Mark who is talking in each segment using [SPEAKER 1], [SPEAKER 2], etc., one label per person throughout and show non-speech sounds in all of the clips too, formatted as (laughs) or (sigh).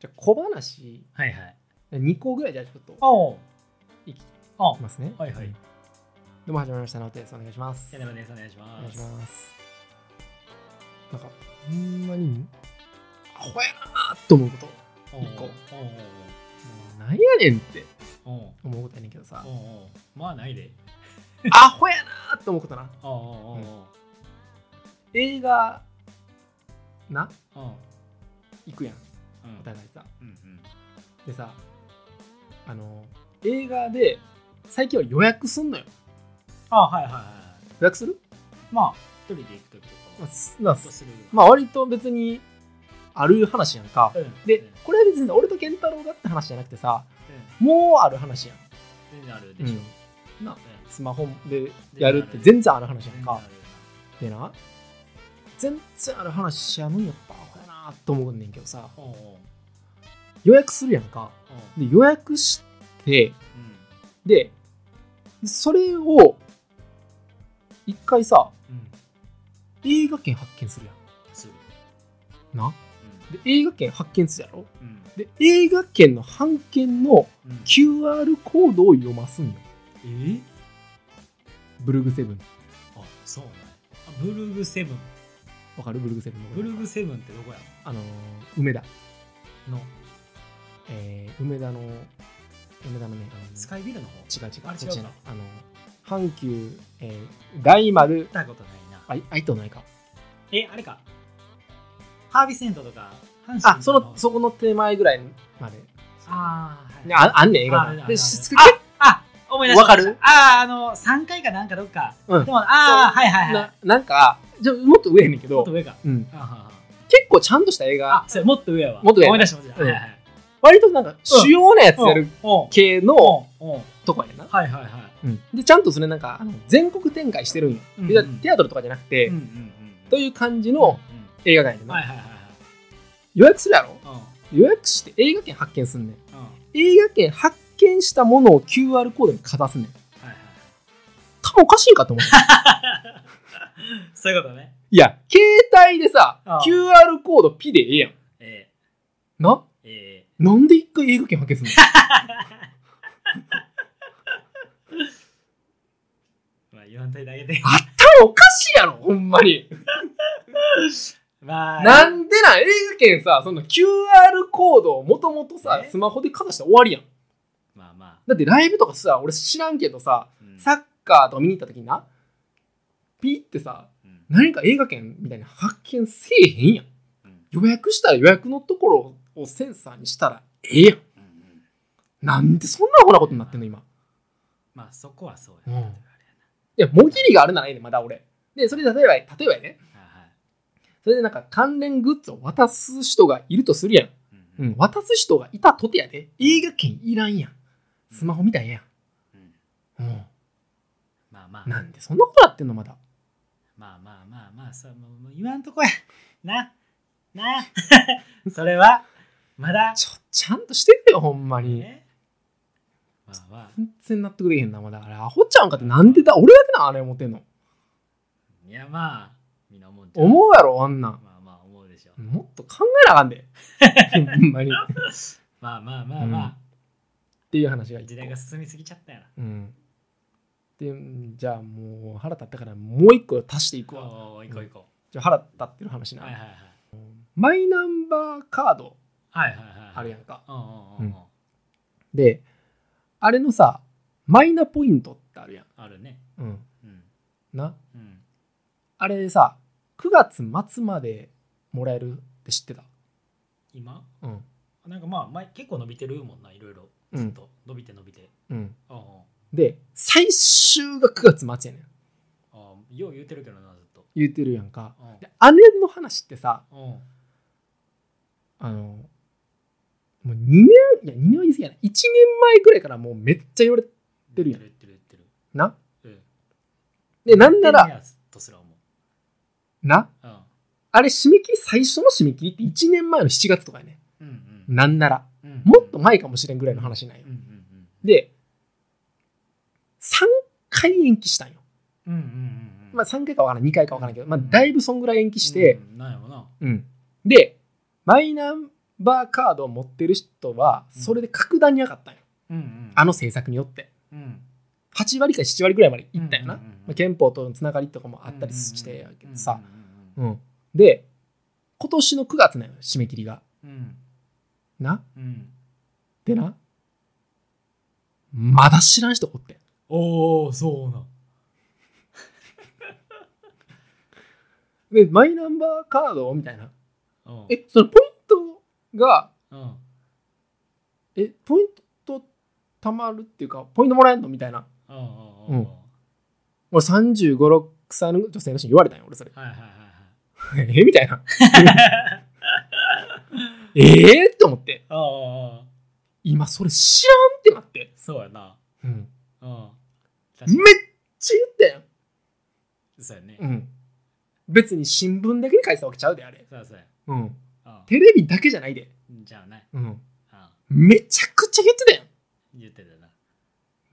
[SPEAKER 1] じゃあ小話
[SPEAKER 2] はいはい。
[SPEAKER 1] 2個ぐらいじゃあちょっと
[SPEAKER 2] あお。
[SPEAKER 1] いき
[SPEAKER 2] あ
[SPEAKER 1] ますね
[SPEAKER 2] はいはい
[SPEAKER 1] どうも始まりましたなおてつお願いします
[SPEAKER 2] やでもね、お願いし
[SPEAKER 1] お
[SPEAKER 2] ま
[SPEAKER 1] 願い
[SPEAKER 2] す。
[SPEAKER 1] しますなんかほんまにアホやなーと思うことも
[SPEAKER 2] おう
[SPEAKER 1] 一個
[SPEAKER 2] おう
[SPEAKER 1] うなんやねんって
[SPEAKER 2] おうおうおう
[SPEAKER 1] 思うことやねんけどさ
[SPEAKER 2] おうおうまあないで。
[SPEAKER 1] アホやなーと思うことな
[SPEAKER 2] おうおうおう
[SPEAKER 1] 映画な
[SPEAKER 2] おう
[SPEAKER 1] 行くやん
[SPEAKER 2] うん
[SPEAKER 1] お互いさ
[SPEAKER 2] うんうん
[SPEAKER 1] でさあの映画で最近は予約すんのよ
[SPEAKER 2] あはいはいはいはい。
[SPEAKER 1] 予約する
[SPEAKER 2] まあ、一人で行くときとか
[SPEAKER 1] まあ
[SPEAKER 2] は。
[SPEAKER 1] すな
[SPEAKER 2] ちょっとする。
[SPEAKER 1] まあ割と別にある話やんか
[SPEAKER 2] うん
[SPEAKER 1] で
[SPEAKER 2] うん
[SPEAKER 1] これは別に俺と健太郎がって話じゃなくてさもうある話やん
[SPEAKER 2] 全然あるでしょ。
[SPEAKER 1] な
[SPEAKER 2] うん
[SPEAKER 1] スマホでやるって全然ある話やんかでな全然ある話やのにやっぱアホやなと思うねんけどさ
[SPEAKER 2] おうおうおう
[SPEAKER 1] 予約するやんかで予約して
[SPEAKER 2] うん
[SPEAKER 1] でそれを一回さ
[SPEAKER 2] うん
[SPEAKER 1] 映画券発見するや
[SPEAKER 2] する
[SPEAKER 1] んな
[SPEAKER 2] う
[SPEAKER 1] で映画券発見するやろ
[SPEAKER 2] んうん
[SPEAKER 1] で映画券の版券の
[SPEAKER 2] うん
[SPEAKER 1] QR コードを読ますんよ
[SPEAKER 2] え
[SPEAKER 1] ブルグセブン
[SPEAKER 2] あそうなんやあブルグセブン
[SPEAKER 1] わかるブルグセブンのこと
[SPEAKER 2] ブルグセブンってどこや
[SPEAKER 1] あのー梅田、
[SPEAKER 2] の
[SPEAKER 1] えー、梅田の梅田のねあのね
[SPEAKER 2] スカイビルの方行っ
[SPEAKER 1] 違う違う
[SPEAKER 2] あれ
[SPEAKER 1] こっちじゃ
[SPEAKER 2] 違う
[SPEAKER 1] ない
[SPEAKER 2] か
[SPEAKER 1] あの阪急、えー、大丸
[SPEAKER 2] たことないな
[SPEAKER 1] あいあいとないか
[SPEAKER 2] えあれかハービーセントとか阪神
[SPEAKER 1] あそのそこの手前ぐらいまで
[SPEAKER 2] あーはい
[SPEAKER 1] ねああんねん映
[SPEAKER 2] あ
[SPEAKER 1] 画
[SPEAKER 2] るある
[SPEAKER 1] が
[SPEAKER 2] あ
[SPEAKER 1] で
[SPEAKER 2] る
[SPEAKER 1] しつ
[SPEAKER 2] あ思い出した
[SPEAKER 1] わかる
[SPEAKER 2] あああの3階かなんかどっか
[SPEAKER 1] うん
[SPEAKER 2] でもああはいはいはい
[SPEAKER 1] ななんかじゃもっと上やねんけ
[SPEAKER 2] もっ
[SPEAKER 1] ど
[SPEAKER 2] と、上か
[SPEAKER 1] うん、
[SPEAKER 2] あはは
[SPEAKER 1] 結構ちゃんとした映
[SPEAKER 2] あ
[SPEAKER 1] 画
[SPEAKER 2] それもっと上やわ
[SPEAKER 1] もっと上や
[SPEAKER 2] 思い出した思い出した
[SPEAKER 1] うん
[SPEAKER 2] はいはい
[SPEAKER 1] 割となんか主要なやつやる
[SPEAKER 2] おう
[SPEAKER 1] 系の
[SPEAKER 2] おうおう
[SPEAKER 1] とこやな、
[SPEAKER 2] はいはいはい
[SPEAKER 1] でちゃんとそれなんかあの全国展開してるんよ、
[SPEAKER 2] うんうん
[SPEAKER 1] でテアトルとかじゃなくて、
[SPEAKER 2] うんうんうんうん
[SPEAKER 1] という感じの
[SPEAKER 2] う
[SPEAKER 1] 映画館やねん
[SPEAKER 2] ん
[SPEAKER 1] な、
[SPEAKER 2] はいはいはい
[SPEAKER 1] 予約するやろ
[SPEAKER 2] はい
[SPEAKER 1] 予約して映画券発見すんねん
[SPEAKER 2] うんうん
[SPEAKER 1] 映画券発見したものを QR コードにかざすねん
[SPEAKER 2] はいはい
[SPEAKER 1] 多分おかしいんかと思う
[SPEAKER 2] そう (laughs) いうことね。
[SPEAKER 1] いや携帯でさ
[SPEAKER 2] ああ
[SPEAKER 1] QR コードピでええやん
[SPEAKER 2] え
[SPEAKER 1] な
[SPEAKER 2] ええ
[SPEAKER 1] なんで一回映画券発見すんの
[SPEAKER 2] (laughs) えまあ言わんといてあげて。
[SPEAKER 1] (laughs) 多分おかしいやろほんまに
[SPEAKER 2] まあ、
[SPEAKER 1] なんでなん映画券さその QR コードをもともとさ
[SPEAKER 2] え
[SPEAKER 1] スマホでかざしたら終わりやん
[SPEAKER 2] まあまあ、
[SPEAKER 1] だってライブとかさ俺知らんけどさ
[SPEAKER 2] うん
[SPEAKER 1] サッカーとか見に行った時になピってさ
[SPEAKER 2] うん
[SPEAKER 1] 何か映画券みたいな発見せえへんやん
[SPEAKER 2] うん
[SPEAKER 1] 予約したら予約のところをセンサーにしたらええやん
[SPEAKER 2] うんうん
[SPEAKER 1] なんでそんなアホなことになってんの今
[SPEAKER 2] まあそこはそう
[SPEAKER 1] うん
[SPEAKER 2] や。
[SPEAKER 1] いやもぎりがあるならええねんまだ俺でそれで例えば例えばやね
[SPEAKER 2] はいはい
[SPEAKER 1] それでなんか関連グッズを渡す人がいるとするやん、
[SPEAKER 2] う
[SPEAKER 1] うんん、渡す人がいたとてやで映画券いらんやんスマホみたいや
[SPEAKER 2] うん
[SPEAKER 1] ん、うん、
[SPEAKER 2] まあまあ、
[SPEAKER 1] なんでそんなことやってんのまだ
[SPEAKER 2] まあまあまあまあ、そうもうもう言わんとこや。な、な、それは、まだ、
[SPEAKER 1] ちょちゃんとしてるよほんまに
[SPEAKER 2] ねまあまあ、
[SPEAKER 1] 全然納得できへんなまだあれアホちゃうんかってなんでだ俺だけなあれ思ってんの
[SPEAKER 2] いやまあ、みんな思うんちゃう
[SPEAKER 1] 思うやろあんなん
[SPEAKER 2] まあまあ思うでしょ。
[SPEAKER 1] もっと考えなあかんでほんまにっ
[SPEAKER 2] まあまあまあま
[SPEAKER 1] ていう話が
[SPEAKER 2] あ、
[SPEAKER 1] 一個
[SPEAKER 2] 時代が進みすぎちゃったやな。
[SPEAKER 1] うん。で、じゃあもう腹立ったからもう一個足していくわ。
[SPEAKER 2] おうおう行こう行こ
[SPEAKER 1] じゃあ腹立ってる話
[SPEAKER 2] う。
[SPEAKER 1] な、
[SPEAKER 2] はいはいはい。
[SPEAKER 1] マイナンバーカード
[SPEAKER 2] はいはいはい。
[SPEAKER 1] あるやんか。
[SPEAKER 2] うんうんうんうん。
[SPEAKER 1] で、あれのさ、マイナポイントってあるやん。
[SPEAKER 2] あるね。うん。
[SPEAKER 1] な。
[SPEAKER 2] うん。
[SPEAKER 1] あれでさ、9月末までもらえるって知ってた。
[SPEAKER 2] 今
[SPEAKER 1] うん。
[SPEAKER 2] なんかまあ前結構伸びてるもんないろいろずっと、伸びて伸びて
[SPEAKER 1] うん。
[SPEAKER 2] ああ
[SPEAKER 1] で、最終が9月末やねん。
[SPEAKER 2] ああよう言うてるけどなずっと
[SPEAKER 1] 言うてるやんか。
[SPEAKER 2] うん
[SPEAKER 1] で、あれの話ってさ、
[SPEAKER 2] うん
[SPEAKER 1] あの、もう2年、いや、2年は言い過ぎやな。1年前ぐらいからもうめっちゃ言われててるやん
[SPEAKER 2] 言ってる言ってる
[SPEAKER 1] な。
[SPEAKER 2] 言って
[SPEAKER 1] で、
[SPEAKER 2] る
[SPEAKER 1] なんなら、
[SPEAKER 2] とすら思う
[SPEAKER 1] な、
[SPEAKER 2] うん
[SPEAKER 1] あれ締め切り、最初の締め切りって1年前の7月とかやね。
[SPEAKER 2] うんうん
[SPEAKER 1] なんなら。
[SPEAKER 2] うん
[SPEAKER 1] もっと前かもしれんぐらいの話なんよ
[SPEAKER 2] うん。うん
[SPEAKER 1] で、3回延期したんよ。
[SPEAKER 2] うんうんうんうん
[SPEAKER 1] まあ3回かわからん、2回かわからんけど、まあだいぶそんぐらい延期して、
[SPEAKER 2] うんなんやろな
[SPEAKER 1] うん。で、マイナンバーカードを持ってる人は
[SPEAKER 2] うん
[SPEAKER 1] それで格段に上がったんよ、
[SPEAKER 2] うんうん
[SPEAKER 1] あの政策によって
[SPEAKER 2] うん
[SPEAKER 1] 8割から7割ぐらいまでいったよな、
[SPEAKER 2] うんうんうんうん
[SPEAKER 1] まあ憲法とのつながりとかもあったりしてやけどさ、
[SPEAKER 2] うん
[SPEAKER 1] うんで今年の9月なのよ締め切りが
[SPEAKER 2] うん
[SPEAKER 1] な
[SPEAKER 2] うんうん
[SPEAKER 1] でなまだ知らん人おってん
[SPEAKER 2] おおそうなん
[SPEAKER 1] でマイナンバーカードをみたいな
[SPEAKER 2] うん
[SPEAKER 1] えそのポイントが
[SPEAKER 2] うん
[SPEAKER 1] えポイント貯まるっていうかポイントもらえんのみたいな
[SPEAKER 2] うんうん
[SPEAKER 1] う
[SPEAKER 2] うんん
[SPEAKER 1] 俺3 5六6歳の女性の人に言われたんよ俺それ (laughs)
[SPEAKER 2] はいはいはい
[SPEAKER 1] えみたい
[SPEAKER 2] (laughs)
[SPEAKER 1] な
[SPEAKER 2] はい
[SPEAKER 1] ええって思って
[SPEAKER 2] うんうんうん
[SPEAKER 1] 今それ知らんってなって、
[SPEAKER 2] そうやな
[SPEAKER 1] うん、
[SPEAKER 2] うん
[SPEAKER 1] めっ
[SPEAKER 2] 確か
[SPEAKER 1] ちゃ言ったよ、
[SPEAKER 2] にそうやね
[SPEAKER 1] うん、別に新聞だけで書いてたわけちゃうであれ、
[SPEAKER 2] そうやそうや
[SPEAKER 1] うん、
[SPEAKER 2] う
[SPEAKER 1] テレビだけじゃないで、
[SPEAKER 2] んじゃあね
[SPEAKER 1] うん、
[SPEAKER 2] う
[SPEAKER 1] めちゃくちゃ言ってたやん
[SPEAKER 2] ん言ってたな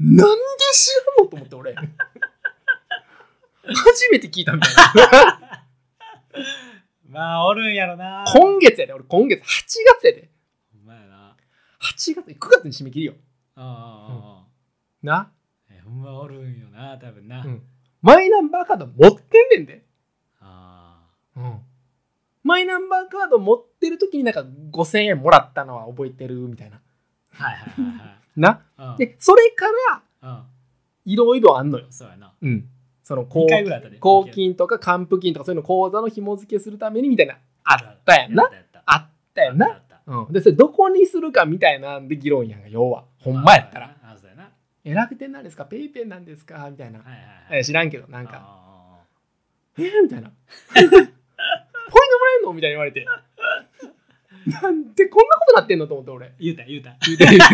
[SPEAKER 1] なんで知らんのと思って俺初めて聞いたみたい (laughs) な
[SPEAKER 2] まあおるんやろなほ
[SPEAKER 1] 今
[SPEAKER 2] ん
[SPEAKER 1] 月やで俺今月8月やで
[SPEAKER 2] まやな
[SPEAKER 1] 8月9月に締め切りよ
[SPEAKER 2] うんうんうんうん
[SPEAKER 1] な、
[SPEAKER 2] えほんまおるんよな多分な
[SPEAKER 1] うん、マイナンバーカード持ってんねんで、
[SPEAKER 2] あ
[SPEAKER 1] うん、マイナンバーカード持ってる時になんか5000円もらったのは覚えてるみたいな
[SPEAKER 2] ーはいはいは
[SPEAKER 1] ない
[SPEAKER 2] はい
[SPEAKER 1] でそれから
[SPEAKER 2] うん
[SPEAKER 1] いろいろあんのよ
[SPEAKER 2] う、んそうやな
[SPEAKER 1] うん、その公
[SPEAKER 2] 2回ぐらいあったね
[SPEAKER 1] 公金とか還付金とかそういうの口座の紐付けするためにみたいなあったやんな
[SPEAKER 2] やったやった
[SPEAKER 1] あったやん
[SPEAKER 2] あ
[SPEAKER 1] な、
[SPEAKER 2] ったあっ
[SPEAKER 1] うん、でそれどこにするかみたいなんで議論やんが要はほ
[SPEAKER 2] た
[SPEAKER 1] んまやったら
[SPEAKER 2] あそうやな
[SPEAKER 1] 「え楽天なんですかペイペイなんですか?」みたいな
[SPEAKER 2] はいはい
[SPEAKER 1] 「
[SPEAKER 2] はい
[SPEAKER 1] え知らんけどなんか
[SPEAKER 2] か
[SPEAKER 1] えー、みたいな。ポイントもらえんのみたいに言われて。なんでこんなことなってんのと思って俺。
[SPEAKER 2] 言うた言うた
[SPEAKER 1] 言うて言うて。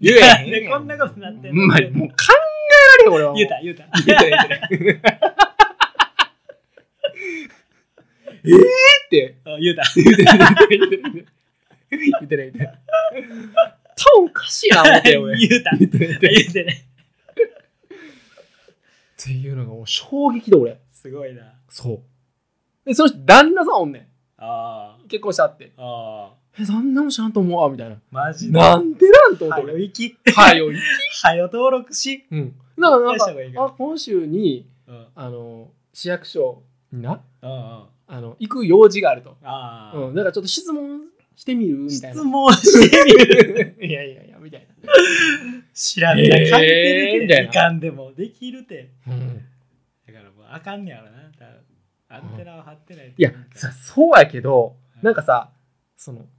[SPEAKER 1] 言う
[SPEAKER 2] な
[SPEAKER 1] や
[SPEAKER 2] ん (laughs) でこんなことなってんの
[SPEAKER 1] ほんまにもう考えられん俺はもう。
[SPEAKER 2] 言うた言うた
[SPEAKER 1] 言うた。言うた。えーって
[SPEAKER 2] うん言うた
[SPEAKER 1] 言うて言うて言うて言うて言うて言うて多分おかしいな思って俺
[SPEAKER 2] 言うた
[SPEAKER 1] 言うて言うてっ
[SPEAKER 2] 言う
[SPEAKER 1] (laughs)
[SPEAKER 2] てね
[SPEAKER 1] ていうのがもう衝撃で俺
[SPEAKER 2] すごいな
[SPEAKER 1] そう。で、その人、旦那さんおんね
[SPEAKER 2] あ
[SPEAKER 1] ん。結婚したって。
[SPEAKER 2] あああ
[SPEAKER 1] え、旦那も知らんと思うわ、みたいな。
[SPEAKER 2] マジで
[SPEAKER 1] なんでなんと思っ
[SPEAKER 2] は
[SPEAKER 1] て
[SPEAKER 2] よ
[SPEAKER 1] 俺。
[SPEAKER 2] 行き
[SPEAKER 1] はい、よい。
[SPEAKER 2] はよ登録し
[SPEAKER 1] うん。だから、なん
[SPEAKER 2] 大した
[SPEAKER 1] か
[SPEAKER 2] 方がいい、から
[SPEAKER 1] あ、今週に、
[SPEAKER 2] うんうん
[SPEAKER 1] あの、市役所にな、
[SPEAKER 2] うん
[SPEAKER 1] あの、行く用事があると。
[SPEAKER 2] ああ
[SPEAKER 1] うん。だから、ちょっと質問してみるみたい
[SPEAKER 2] 質
[SPEAKER 1] な。
[SPEAKER 2] 問してみる
[SPEAKER 1] いやいやいや、みたい
[SPEAKER 2] 知らんや
[SPEAKER 1] えー
[SPEAKER 2] 関係
[SPEAKER 1] み
[SPEAKER 2] で
[SPEAKER 1] たい
[SPEAKER 2] きる
[SPEAKER 1] な
[SPEAKER 2] ていかんでもできるて
[SPEAKER 1] な。うん。
[SPEAKER 2] だからもうあかんねやろな多分アンテナを張ってないと
[SPEAKER 1] いや、さそうやけど、なんかさ、その、だか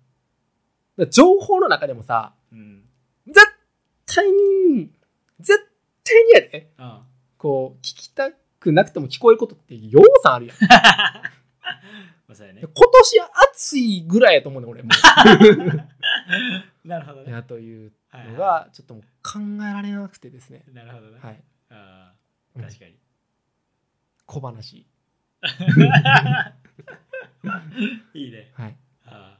[SPEAKER 1] ら情報の中でもさ、
[SPEAKER 2] うん
[SPEAKER 1] 絶対に、絶対にやで。
[SPEAKER 2] うん
[SPEAKER 1] こう聞きたくなくても聞こえることってようさんあるやん (laughs) 今
[SPEAKER 2] まあそうや
[SPEAKER 1] (laughs)
[SPEAKER 2] ね。
[SPEAKER 1] 年暑いぐらいやと思うねん俺も
[SPEAKER 2] なるほ
[SPEAKER 1] (laughs)
[SPEAKER 2] ど
[SPEAKER 1] い
[SPEAKER 2] ね。
[SPEAKER 1] やという
[SPEAKER 2] はい
[SPEAKER 1] の
[SPEAKER 2] は
[SPEAKER 1] (laughs) がちょっともう考えられなくてですね
[SPEAKER 2] いなるほどね。
[SPEAKER 1] はい
[SPEAKER 2] あ
[SPEAKER 1] うん
[SPEAKER 2] ー確かに。
[SPEAKER 1] 小話
[SPEAKER 2] いいね。
[SPEAKER 1] はい
[SPEAKER 2] あ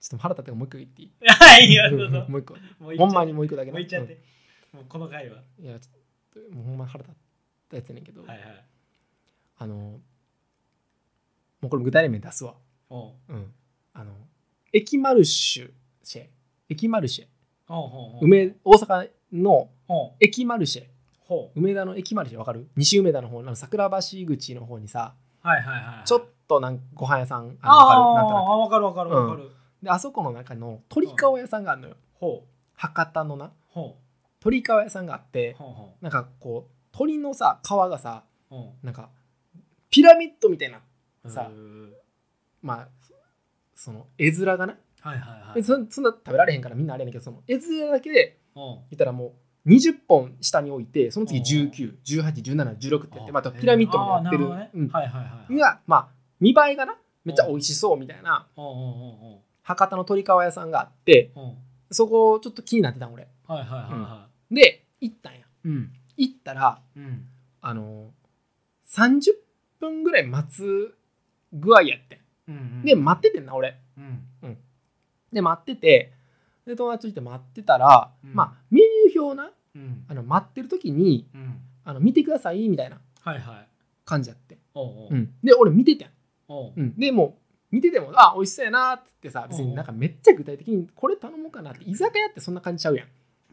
[SPEAKER 1] ちょっと腹立ってもう一個言ってい (laughs) い
[SPEAKER 2] ー (laughs) はい、いや、どうぞ。
[SPEAKER 1] もう一個
[SPEAKER 2] もういっちゃ
[SPEAKER 1] ほ
[SPEAKER 2] っ
[SPEAKER 1] んま
[SPEAKER 2] て
[SPEAKER 1] にもう一個だけ
[SPEAKER 2] も
[SPEAKER 1] な
[SPEAKER 2] ういっちゃって。もうこの回は。
[SPEAKER 1] うんいやちょっともうほんま腹立ったやつやねんけど、
[SPEAKER 2] はいはい。
[SPEAKER 1] あのもうこれ具体例名出すわ
[SPEAKER 2] おう
[SPEAKER 1] うんあの駅マルシュシェ駅マルシェ
[SPEAKER 2] ほうほうほう。
[SPEAKER 1] 梅大阪の
[SPEAKER 2] ほう
[SPEAKER 1] 駅マルシェ
[SPEAKER 2] ほ
[SPEAKER 1] 梅田の駅までわかる西梅田の方あの桜橋口の方にさ
[SPEAKER 2] う。はいはいはい。
[SPEAKER 1] ちょっとなんかご飯屋さんあ
[SPEAKER 2] あ
[SPEAKER 1] のわかるなんとな
[SPEAKER 2] あ、わかるわかるわかる。
[SPEAKER 1] くであそこの中の鳥川屋さんがあるのよ
[SPEAKER 2] ほう
[SPEAKER 1] 博多のな
[SPEAKER 2] ほ
[SPEAKER 1] 鳥川屋さんがあって
[SPEAKER 2] うほうほ
[SPEAKER 1] なんかこう鳥のさ皮がさ
[SPEAKER 2] うほ
[SPEAKER 1] なんかピラミッドみたいな
[SPEAKER 2] う。
[SPEAKER 1] さ
[SPEAKER 2] うー
[SPEAKER 1] まあその絵面がな
[SPEAKER 2] はいはいは
[SPEAKER 1] で
[SPEAKER 2] い。
[SPEAKER 1] そそんな食べられへんからみんなあれやねんけどその絵面だけで
[SPEAKER 2] おう
[SPEAKER 1] 言ったらもう20本下に置いてその次
[SPEAKER 2] お
[SPEAKER 1] 19181716ってやってまた
[SPEAKER 2] あ
[SPEAKER 1] ピラミッドもやって
[SPEAKER 2] あー
[SPEAKER 1] る
[SPEAKER 2] なほどね
[SPEAKER 1] うん
[SPEAKER 2] はいはいはい。
[SPEAKER 1] が、まあ、見栄えがなめっちゃ美味しそうみたいな
[SPEAKER 2] おうおう
[SPEAKER 1] 博多の鳥川屋さんがあって
[SPEAKER 2] おうおうお
[SPEAKER 1] そこちょっと気になってたん俺
[SPEAKER 2] う。はいはいはいは
[SPEAKER 1] で行ったんや
[SPEAKER 2] い。うん。
[SPEAKER 1] 行ったら
[SPEAKER 2] うん。
[SPEAKER 1] あのー30分ぐらい待つ具合やって
[SPEAKER 2] うんうん
[SPEAKER 1] んで待っててんな俺
[SPEAKER 2] うん
[SPEAKER 1] で待っててで友達といて待ってたら、
[SPEAKER 2] うん
[SPEAKER 1] まあメニュー表な
[SPEAKER 2] うん
[SPEAKER 1] あの待ってる時に
[SPEAKER 2] うん
[SPEAKER 1] あの見てくださいみたいな
[SPEAKER 2] はいはい
[SPEAKER 1] 感じやってん、
[SPEAKER 2] おうおう
[SPEAKER 1] うんで俺見ててん
[SPEAKER 2] おう
[SPEAKER 1] うん、でもう見ててもあ美味しそうやなっつってさ別になんかめっちゃ具体的にこれ頼もうかなって居酒屋ってそんな感じちゃうやん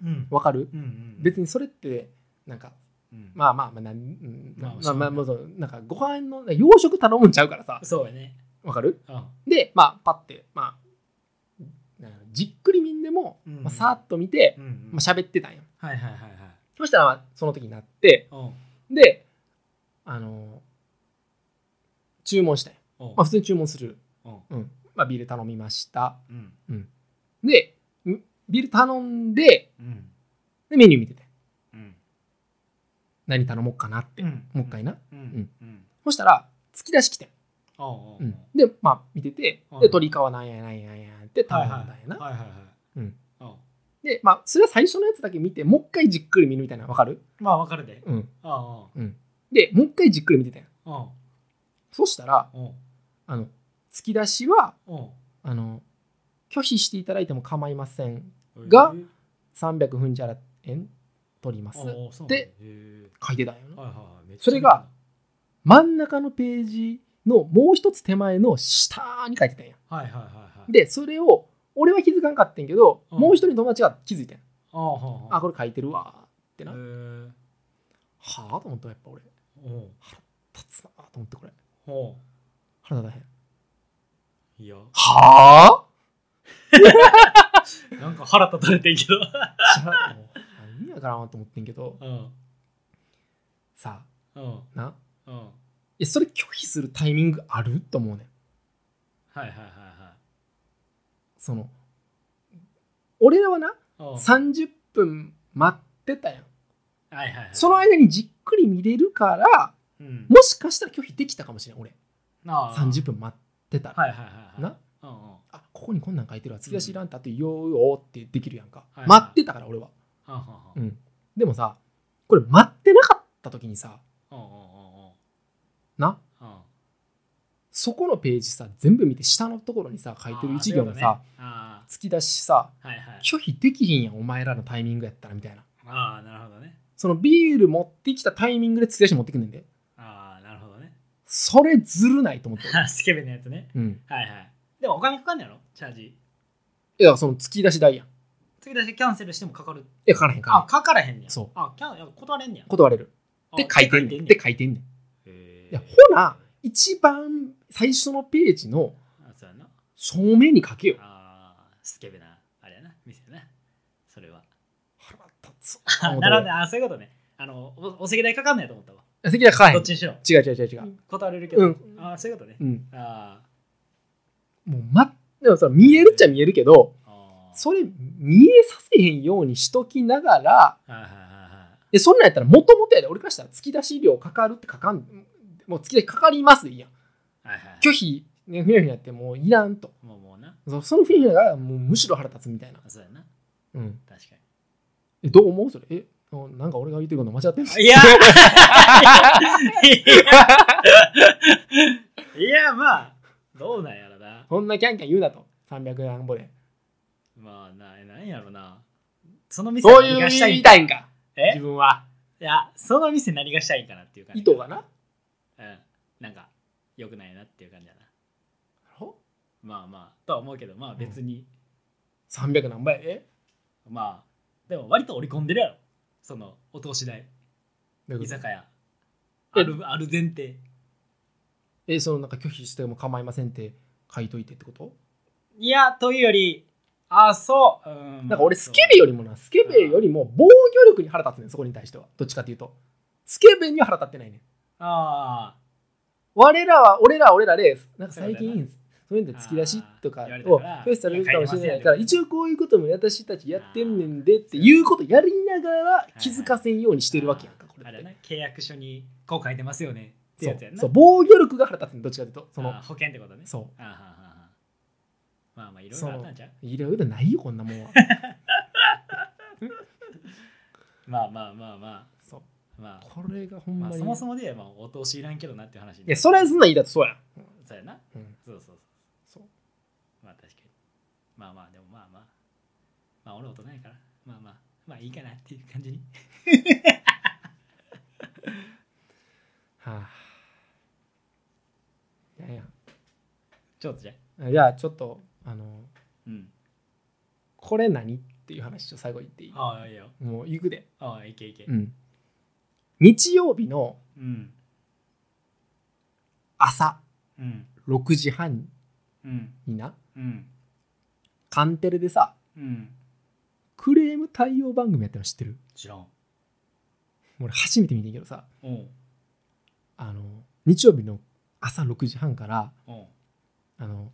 [SPEAKER 2] うん
[SPEAKER 1] わかる
[SPEAKER 2] うんうん
[SPEAKER 1] 別にそれってなんか
[SPEAKER 2] うん
[SPEAKER 1] まあまあまあなんうんま
[SPEAKER 2] まあ
[SPEAKER 1] あまあ
[SPEAKER 2] そ
[SPEAKER 1] まあそうなんかご飯の洋食頼むんちゃうからさ
[SPEAKER 2] そうやね
[SPEAKER 1] わかる
[SPEAKER 2] うん
[SPEAKER 1] でまあパッてまあなんやろじっくり見んでも、
[SPEAKER 2] うん
[SPEAKER 1] まあ、さーっと見て、
[SPEAKER 2] うん
[SPEAKER 1] まあ喋ってたんや
[SPEAKER 2] はいはいはいはい
[SPEAKER 1] そしたらまあその時になって
[SPEAKER 2] おう
[SPEAKER 1] であの注文したんや
[SPEAKER 2] おう
[SPEAKER 1] まあ普通に注文する、
[SPEAKER 2] おう
[SPEAKER 1] うんまあ、ビール頼みました
[SPEAKER 2] うん
[SPEAKER 1] でんビール頼んで
[SPEAKER 2] うん
[SPEAKER 1] でメニュー見てて
[SPEAKER 2] うん
[SPEAKER 1] 何頼もうかなって、
[SPEAKER 2] うん
[SPEAKER 1] もう一回な、
[SPEAKER 2] うんうん
[SPEAKER 1] そしたら突き出し来てん
[SPEAKER 2] おうおうおう
[SPEAKER 1] うんでまあ見てて
[SPEAKER 2] うん
[SPEAKER 1] で鶏皮なんやなんやなんやって頼
[SPEAKER 2] は
[SPEAKER 1] んだ
[SPEAKER 2] いは
[SPEAKER 1] んや
[SPEAKER 2] い
[SPEAKER 1] な、
[SPEAKER 2] はいはいはい
[SPEAKER 1] うん
[SPEAKER 2] おう
[SPEAKER 1] でまあそれは最初のやつだけ見てもう一回じっくり見るみたいなのわかる、
[SPEAKER 2] まあわかるで
[SPEAKER 1] うん、
[SPEAKER 2] おう
[SPEAKER 1] でもう一回じっくり見てたんや
[SPEAKER 2] おうおう
[SPEAKER 1] そしたら
[SPEAKER 2] おう
[SPEAKER 1] あの突き出しは
[SPEAKER 2] おう
[SPEAKER 1] あの拒否していただいても構いません
[SPEAKER 2] おう
[SPEAKER 1] が300分じゃら円取ります
[SPEAKER 2] おうおうそうなんだ
[SPEAKER 1] で
[SPEAKER 2] へー
[SPEAKER 1] 書いてたんやな
[SPEAKER 2] はいはいはいめっちゃ
[SPEAKER 1] それが真ん中のページのもう一つ手前の下に書いてたんや
[SPEAKER 2] はいはいはいはい
[SPEAKER 1] でそれを俺は気づかんかってんけど、
[SPEAKER 2] うん
[SPEAKER 1] もう一人の友達が気づいてん
[SPEAKER 2] おうおうおう
[SPEAKER 1] あこれ書いてるわーってな、
[SPEAKER 2] へ
[SPEAKER 1] は
[SPEAKER 2] ー
[SPEAKER 1] あと思ったやっぱ俺
[SPEAKER 2] おう
[SPEAKER 1] 立つなーと思ってこれ
[SPEAKER 2] おう
[SPEAKER 1] 腹立たへん
[SPEAKER 2] いや
[SPEAKER 1] は
[SPEAKER 2] なんか腹立たれてんけど
[SPEAKER 1] あ何やからなと思ってんけど
[SPEAKER 2] うん
[SPEAKER 1] さ
[SPEAKER 2] うん
[SPEAKER 1] あな
[SPEAKER 2] うん
[SPEAKER 1] えそれ拒否するタイミングあると思うねん
[SPEAKER 2] はいはいはいはい
[SPEAKER 1] その俺らはな
[SPEAKER 2] おう
[SPEAKER 1] 30分待ってたやん
[SPEAKER 2] はいはいはい
[SPEAKER 1] その間にじっくり見れるから
[SPEAKER 2] うん
[SPEAKER 1] もしかしたら拒否できたかもしれん俺
[SPEAKER 2] ああ
[SPEAKER 1] 30分待ってたら、
[SPEAKER 2] はいはいはいはい
[SPEAKER 1] な
[SPEAKER 2] うんうんは
[SPEAKER 1] あここにこんなん書いてるわ突き出しいらんってあと言おうよってできるやんか、
[SPEAKER 2] はい
[SPEAKER 1] 待ってたから俺は
[SPEAKER 2] あはあはあ
[SPEAKER 1] うんでもさこれ待ってなかった時にさ
[SPEAKER 2] うんうんうんうん
[SPEAKER 1] な
[SPEAKER 2] うん
[SPEAKER 1] そこのページさ全部見て下のところにさ書いてる一行のさ、
[SPEAKER 2] あ
[SPEAKER 1] 突き出しさ
[SPEAKER 2] ーそういうことねあーはいはい
[SPEAKER 1] 拒否できひんやんお前らのタイミングやったらみたいな
[SPEAKER 2] ああなるほどね
[SPEAKER 1] そのビール持ってきたタイミングで突き出し持ってくんねんで
[SPEAKER 2] ああなるほどね (laughs)
[SPEAKER 1] それずるないと思って俺
[SPEAKER 2] スケベのやつね
[SPEAKER 1] うん
[SPEAKER 2] はいはいでもお金かかんねやろチャージ
[SPEAKER 1] いやその突き出し代やんい
[SPEAKER 2] 次出しキャンセルしてもかかる
[SPEAKER 1] やかからへんか
[SPEAKER 2] あ
[SPEAKER 1] ら
[SPEAKER 2] かからへんねや
[SPEAKER 1] そう
[SPEAKER 2] あキャンいや断れんねや
[SPEAKER 1] 断れるって書いてんねんって
[SPEAKER 2] か
[SPEAKER 1] 書いてんねん
[SPEAKER 2] い
[SPEAKER 1] いやほら一番最初のページの
[SPEAKER 2] あそうやな
[SPEAKER 1] 正面に書けよ
[SPEAKER 2] あースケベなあれやな店やなそれは
[SPEAKER 1] 腹立つ
[SPEAKER 2] あなるほどねあそういうことねあのおお席代かかんないと思ったわ
[SPEAKER 1] ど席がかへん
[SPEAKER 2] どっちにしろ
[SPEAKER 1] 違う違う違う違う
[SPEAKER 2] 断れるけど
[SPEAKER 1] うん
[SPEAKER 2] あそういうことね
[SPEAKER 1] うん
[SPEAKER 2] あ
[SPEAKER 1] もうまでもさ見えるっちゃ見えるけど
[SPEAKER 2] ーあー
[SPEAKER 1] それ見えさせへんようにしときながら
[SPEAKER 2] はいはいはいはい
[SPEAKER 1] でそんなんやったらもともとやで俺からしたら突き出し料かかるってかかんもう突き出しかかりますでいいやん
[SPEAKER 2] はいはいはい
[SPEAKER 1] 拒否ねふにゃふにゃってもういらんと
[SPEAKER 2] もうもうな
[SPEAKER 1] そそのふにゃふにゃがもうむしろ腹立つみたいな、
[SPEAKER 2] そうやな
[SPEAKER 1] うん、
[SPEAKER 2] 確か
[SPEAKER 1] え
[SPEAKER 2] に
[SPEAKER 1] どう思うそれえおなんか俺が言ってること間違ってる
[SPEAKER 2] いや
[SPEAKER 1] (laughs)
[SPEAKER 2] いやまあどうなんやろな
[SPEAKER 1] こんなキャンキャン言うなと300円ぼで
[SPEAKER 2] まあななんやろなその店
[SPEAKER 1] そういう
[SPEAKER 2] 何がした
[SPEAKER 1] 言
[SPEAKER 2] いん
[SPEAKER 1] い
[SPEAKER 2] か
[SPEAKER 1] たいんか
[SPEAKER 2] え
[SPEAKER 1] 自分はい
[SPEAKER 2] やその店何がしたいんかなっていう感じ
[SPEAKER 1] 意図がな
[SPEAKER 2] うんなんか良くないなっていう感じやな
[SPEAKER 1] ほ
[SPEAKER 2] まあまあとは思うけどまあ別に、
[SPEAKER 1] 300何倍やで
[SPEAKER 2] まあでも割と織り込んでるやろそのお通し代
[SPEAKER 1] どういう
[SPEAKER 2] 居
[SPEAKER 1] こと
[SPEAKER 2] 酒屋
[SPEAKER 1] え
[SPEAKER 2] あるある前提
[SPEAKER 1] えそのなんか拒否しても構いませんって書いといてってこと、
[SPEAKER 2] いやというよりあそううん
[SPEAKER 1] なんか俺スケベよりもなスケベよりも防御力に腹立つねんそこに対してはどっちかっていうとスケベには腹立ってないねん
[SPEAKER 2] あ
[SPEAKER 1] 我らは俺らは俺らでなんか最
[SPEAKER 2] そうだよ
[SPEAKER 1] 近そういうので突き出しとか
[SPEAKER 2] あー言
[SPEAKER 1] を
[SPEAKER 2] われたから
[SPEAKER 1] 拒否されるかもしれないから
[SPEAKER 2] いや帰りませ
[SPEAKER 1] 一
[SPEAKER 2] ん
[SPEAKER 1] 応こういうことも私たちやってんねんでっていうことやりながら
[SPEAKER 2] い
[SPEAKER 1] 気づかせんように
[SPEAKER 2] あ
[SPEAKER 1] してるわけやんかこれ
[SPEAKER 2] あ
[SPEAKER 1] っ
[SPEAKER 2] れ
[SPEAKER 1] て
[SPEAKER 2] やな契約書にこう書いてますよねっ
[SPEAKER 1] そ
[SPEAKER 2] てや
[SPEAKER 1] う
[SPEAKER 2] つやんな
[SPEAKER 1] そう防御力が腹立つねんどっちかっていうとその
[SPEAKER 2] あー保険ってことね
[SPEAKER 1] そ
[SPEAKER 2] あーはーはーはーまあまあいろいろあったんじゃう
[SPEAKER 1] ういろいろないよこんなも
[SPEAKER 2] (laughs)
[SPEAKER 1] んは
[SPEAKER 2] まあまあまあま
[SPEAKER 1] そう
[SPEAKER 2] あまあ
[SPEAKER 1] これがほん
[SPEAKER 2] ま
[SPEAKER 1] ま
[SPEAKER 2] あ、
[SPEAKER 1] に
[SPEAKER 2] そもそもで、まあ、お通しいらんけどなっていう話になる
[SPEAKER 1] いやそれはそんなん言いだとそうやん
[SPEAKER 2] そうやな。
[SPEAKER 1] うん
[SPEAKER 2] そうそうそ
[SPEAKER 1] そ
[SPEAKER 2] う。
[SPEAKER 1] う
[SPEAKER 2] まあ確かに。まあまあ、でもまあまあ。まあ俺大人やから。まあまあ。まあいいかなっていう感じに。
[SPEAKER 1] はあ。いやいや。
[SPEAKER 2] ちょっとじゃ。
[SPEAKER 1] じゃあちょっとあの
[SPEAKER 2] うん。
[SPEAKER 1] これ何っていう話を最後言っていい
[SPEAKER 2] ああ、いいよ。
[SPEAKER 1] もう行くで、
[SPEAKER 2] ああ、いけいけ。
[SPEAKER 1] うん、日曜日の
[SPEAKER 2] うん。
[SPEAKER 1] 朝
[SPEAKER 2] うん。
[SPEAKER 1] 6時半
[SPEAKER 2] うん。
[SPEAKER 1] にな
[SPEAKER 2] うん。
[SPEAKER 1] カンテレでさ
[SPEAKER 2] うん。
[SPEAKER 1] クレーム対応番組やってるの知ってる
[SPEAKER 2] 知らん。
[SPEAKER 1] 俺初めて見てんけどさ
[SPEAKER 2] おう。
[SPEAKER 1] あの日曜日の朝6時半から
[SPEAKER 2] おう。
[SPEAKER 1] あの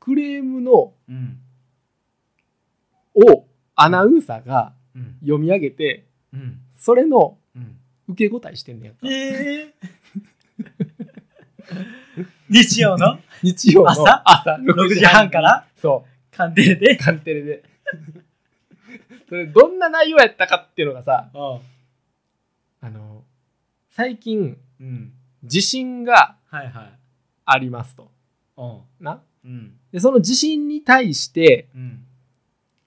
[SPEAKER 1] クレームのを
[SPEAKER 2] うん。
[SPEAKER 1] アナウンサーが
[SPEAKER 2] うん。
[SPEAKER 1] 読み上げて
[SPEAKER 2] うん。
[SPEAKER 1] それの
[SPEAKER 2] うん。
[SPEAKER 1] 受け答えしてんねやんか
[SPEAKER 2] え (laughs) え日曜の
[SPEAKER 1] 日曜の
[SPEAKER 2] 朝
[SPEAKER 1] 朝
[SPEAKER 2] 6時半から
[SPEAKER 1] そ
[SPEAKER 2] 鑑定で
[SPEAKER 1] う。カンテレで (laughs) それどんな内容やったかっていうのがさ
[SPEAKER 2] おう。
[SPEAKER 1] あの最近
[SPEAKER 2] うん。
[SPEAKER 1] 地震が
[SPEAKER 2] はいはい。
[SPEAKER 1] ありますと
[SPEAKER 2] おう。
[SPEAKER 1] な
[SPEAKER 2] うん。
[SPEAKER 1] でその地震に対して
[SPEAKER 2] うん。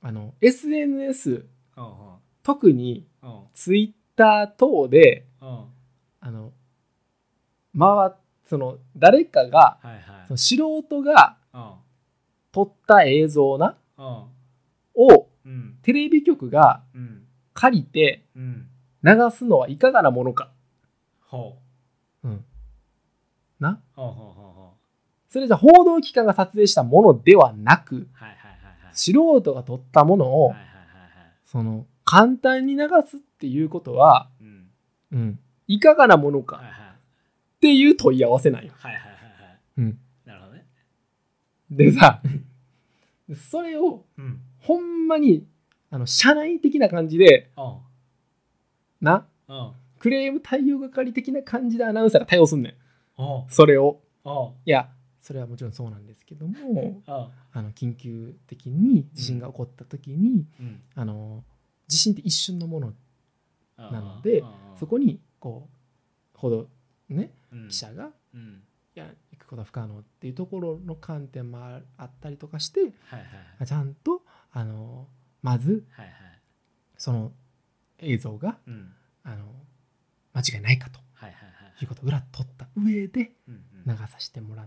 [SPEAKER 1] あの SNS
[SPEAKER 2] おう
[SPEAKER 1] 特に
[SPEAKER 2] おう。おう。
[SPEAKER 1] Twitter 等で
[SPEAKER 2] おう。
[SPEAKER 1] あの回っその誰かが
[SPEAKER 2] はいは
[SPEAKER 1] そ
[SPEAKER 2] い
[SPEAKER 1] の。素人が
[SPEAKER 2] おう。
[SPEAKER 1] 撮った映像な
[SPEAKER 2] おう。
[SPEAKER 1] を
[SPEAKER 2] うん。
[SPEAKER 1] テレビ局が
[SPEAKER 2] うん。
[SPEAKER 1] 借りて
[SPEAKER 2] うん。
[SPEAKER 1] 流すのはいかがなものか、
[SPEAKER 2] ほう。
[SPEAKER 1] うん、な
[SPEAKER 2] ほうほうほうほ
[SPEAKER 1] それじゃ報道機関が撮影したものではなく
[SPEAKER 2] う。はいはいはいはい。
[SPEAKER 1] 素人が撮ったものを
[SPEAKER 2] はいはいはいはい。
[SPEAKER 1] その簡単に流すっていうことは、
[SPEAKER 2] うん。
[SPEAKER 1] うん、いかがなもの
[SPEAKER 2] はい
[SPEAKER 1] か
[SPEAKER 2] はい。
[SPEAKER 1] っていう問い合わせなんよ。
[SPEAKER 2] はいはいはいはい。
[SPEAKER 1] うん、
[SPEAKER 2] なるほどね。
[SPEAKER 1] でさそれを
[SPEAKER 2] うん。
[SPEAKER 1] ほんまにあの社内的な感じで
[SPEAKER 2] おう。
[SPEAKER 1] な
[SPEAKER 2] おう。
[SPEAKER 1] クレーム対応係的な感じでアナウンサーが対応すんねん
[SPEAKER 2] おう。
[SPEAKER 1] それを
[SPEAKER 2] おう。
[SPEAKER 1] いやそれはもちろんそうなんですけども
[SPEAKER 2] おう。
[SPEAKER 1] あの緊急的に地震が起こった時に、
[SPEAKER 2] うん。
[SPEAKER 1] あの地震って一瞬のもの
[SPEAKER 2] な
[SPEAKER 1] のでそこにこうほどね記者が、い
[SPEAKER 2] うん
[SPEAKER 1] や行くことは不可能っていうところの観点もああったりとかして
[SPEAKER 2] はいはい
[SPEAKER 1] あちゃんとあのまず
[SPEAKER 2] はいはい
[SPEAKER 1] その映像が
[SPEAKER 2] うん
[SPEAKER 1] あの間違いないかと
[SPEAKER 2] はいはいはい
[SPEAKER 1] いうことを裏取った上で
[SPEAKER 2] うんうん
[SPEAKER 1] 流させてもらっ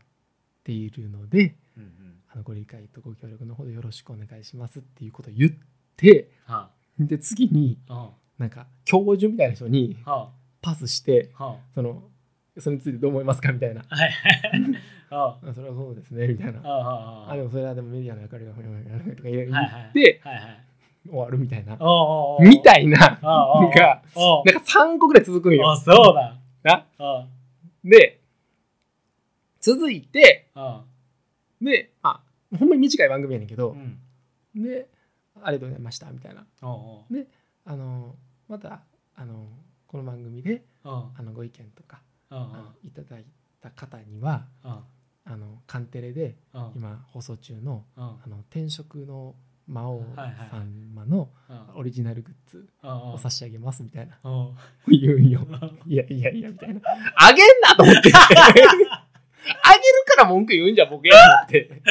[SPEAKER 1] ているので
[SPEAKER 2] うんうん
[SPEAKER 1] あのご理解とご協力のほどよろしくお願いしますっていうことを言って
[SPEAKER 2] は
[SPEAKER 1] で次に
[SPEAKER 2] あは
[SPEAKER 1] なんか教授みたいな人に
[SPEAKER 2] あは
[SPEAKER 1] パスして
[SPEAKER 2] あは
[SPEAKER 1] そのそれについてどう思いますかみたいな
[SPEAKER 2] あはいはいは
[SPEAKER 1] あそれはそうですねみたい
[SPEAKER 2] あ
[SPEAKER 1] な
[SPEAKER 2] はあはあ
[SPEAKER 1] あでもそれはでもメディアの役割がふにゃふにゃふにゃとか言う
[SPEAKER 2] はいはい
[SPEAKER 1] で
[SPEAKER 2] はいはい
[SPEAKER 1] 終わるみたいな
[SPEAKER 2] おうおうおう
[SPEAKER 1] みたいな
[SPEAKER 2] おうおうお
[SPEAKER 1] の
[SPEAKER 2] う
[SPEAKER 1] が
[SPEAKER 2] おう
[SPEAKER 1] なんか3個ぐらい続くんよ
[SPEAKER 2] あそうだ
[SPEAKER 1] な
[SPEAKER 2] おう
[SPEAKER 1] で続いて
[SPEAKER 2] おう
[SPEAKER 1] であほんまに短い番組やねんけ
[SPEAKER 2] う
[SPEAKER 1] ど、
[SPEAKER 2] ん
[SPEAKER 1] でありがとうございましたみたいな
[SPEAKER 2] おうおう
[SPEAKER 1] あのまたあのこの番組で
[SPEAKER 2] おう
[SPEAKER 1] あのご意見とか
[SPEAKER 2] おう
[SPEAKER 1] あのいただいた方には
[SPEAKER 2] おう
[SPEAKER 1] あのカンテレで
[SPEAKER 2] おう
[SPEAKER 1] 今放送中の
[SPEAKER 2] おうおう
[SPEAKER 1] あの転職の魔王様の
[SPEAKER 2] おう
[SPEAKER 1] オリジナルグッズ
[SPEAKER 2] おう
[SPEAKER 1] を差し上げますみたいな (laughs)
[SPEAKER 2] おう
[SPEAKER 1] 言うんよ。いやいやいやみたいな。あげんなと思って。あげるから文句言うんじゃボケやと思って。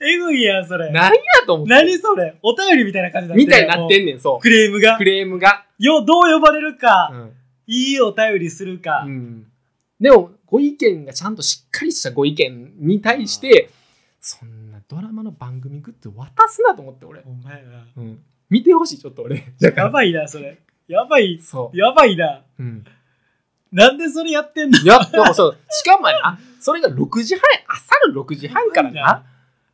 [SPEAKER 2] えぐいやんそれ
[SPEAKER 1] 何やと思って。
[SPEAKER 2] 何それお便りみたいな感じになってる
[SPEAKER 1] みたいになって
[SPEAKER 2] も
[SPEAKER 1] んねん、そう
[SPEAKER 2] クレーム
[SPEAKER 1] う。
[SPEAKER 2] が
[SPEAKER 1] クレームが。
[SPEAKER 2] よどう呼ばれるか、
[SPEAKER 1] うん
[SPEAKER 2] いいお便りするか、
[SPEAKER 1] うん、でもご意見がちゃんとしっかりしたご意見に対してそんなドラマの番組グッズ渡すなと思って俺
[SPEAKER 2] お、前は
[SPEAKER 1] うん、見てほしいちょっと俺だか
[SPEAKER 2] や
[SPEAKER 1] ら
[SPEAKER 2] ばいなそれやばい
[SPEAKER 1] そ
[SPEAKER 2] やばいな
[SPEAKER 1] う、うん、
[SPEAKER 2] なんでそれやってんの
[SPEAKER 1] いやでもそうしかもなそれが6時半朝の6時半からな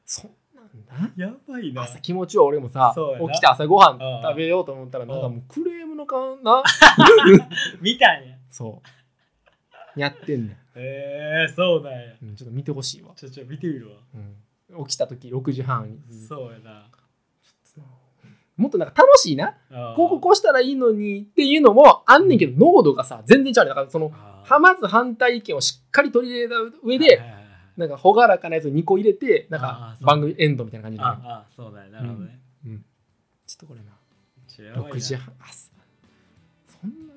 [SPEAKER 1] そんなんな
[SPEAKER 2] やばいな
[SPEAKER 1] 朝気持ちは俺もさ
[SPEAKER 2] そうやな
[SPEAKER 1] 起きて朝ごはん
[SPEAKER 2] うん
[SPEAKER 1] 食べようと思ったら
[SPEAKER 2] うん
[SPEAKER 1] なんかもうクレームの顔な (laughs)
[SPEAKER 2] 見たんや
[SPEAKER 1] そうやってんね
[SPEAKER 2] えー、そうなんや
[SPEAKER 1] ん、うん、ちょっと見てほしいわ、
[SPEAKER 2] ちょちょ見てみるわ、
[SPEAKER 1] うん、起きた時6時半に
[SPEAKER 2] そうやな
[SPEAKER 1] もっとなんか楽しいな、
[SPEAKER 2] あー
[SPEAKER 1] こうこうこうしたらいいのにっていうのもあんねんけど、濃度がさ、全然ちゃうねんだから、その、
[SPEAKER 2] あー
[SPEAKER 1] はまず反対意見をしっかり取り入れた上
[SPEAKER 2] はいは
[SPEAKER 1] で、
[SPEAKER 2] いはいはい
[SPEAKER 1] なんか朗らかなやつを2個入れて、なん
[SPEAKER 2] あー
[SPEAKER 1] か
[SPEAKER 2] そう
[SPEAKER 1] 番組エンドみたいな感じになる
[SPEAKER 2] ああそうだよなるほどね、
[SPEAKER 1] ちょっとこれな、
[SPEAKER 2] ちょやばいな
[SPEAKER 1] 6時半、朝。そんな、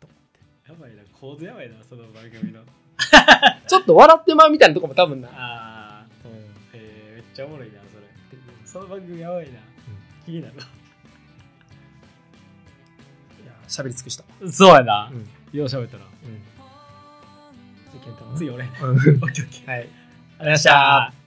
[SPEAKER 1] と思っ
[SPEAKER 2] やばいな構図やばいなその番組の
[SPEAKER 1] て。ちょっと笑ってまうみたいなとこも多分な。
[SPEAKER 2] ああ
[SPEAKER 1] うん
[SPEAKER 2] えー、めっちゃおもろいなそれその番組やばいな、気になる
[SPEAKER 1] いや喋り尽くした。
[SPEAKER 2] そうやな
[SPEAKER 1] うん
[SPEAKER 2] よう喋ったな
[SPEAKER 1] うん
[SPEAKER 3] 「本当
[SPEAKER 1] 次健太郎
[SPEAKER 2] 次俺。
[SPEAKER 1] うん
[SPEAKER 2] オッケーオッケー。
[SPEAKER 1] はい (laughs)
[SPEAKER 2] ありがとうございました。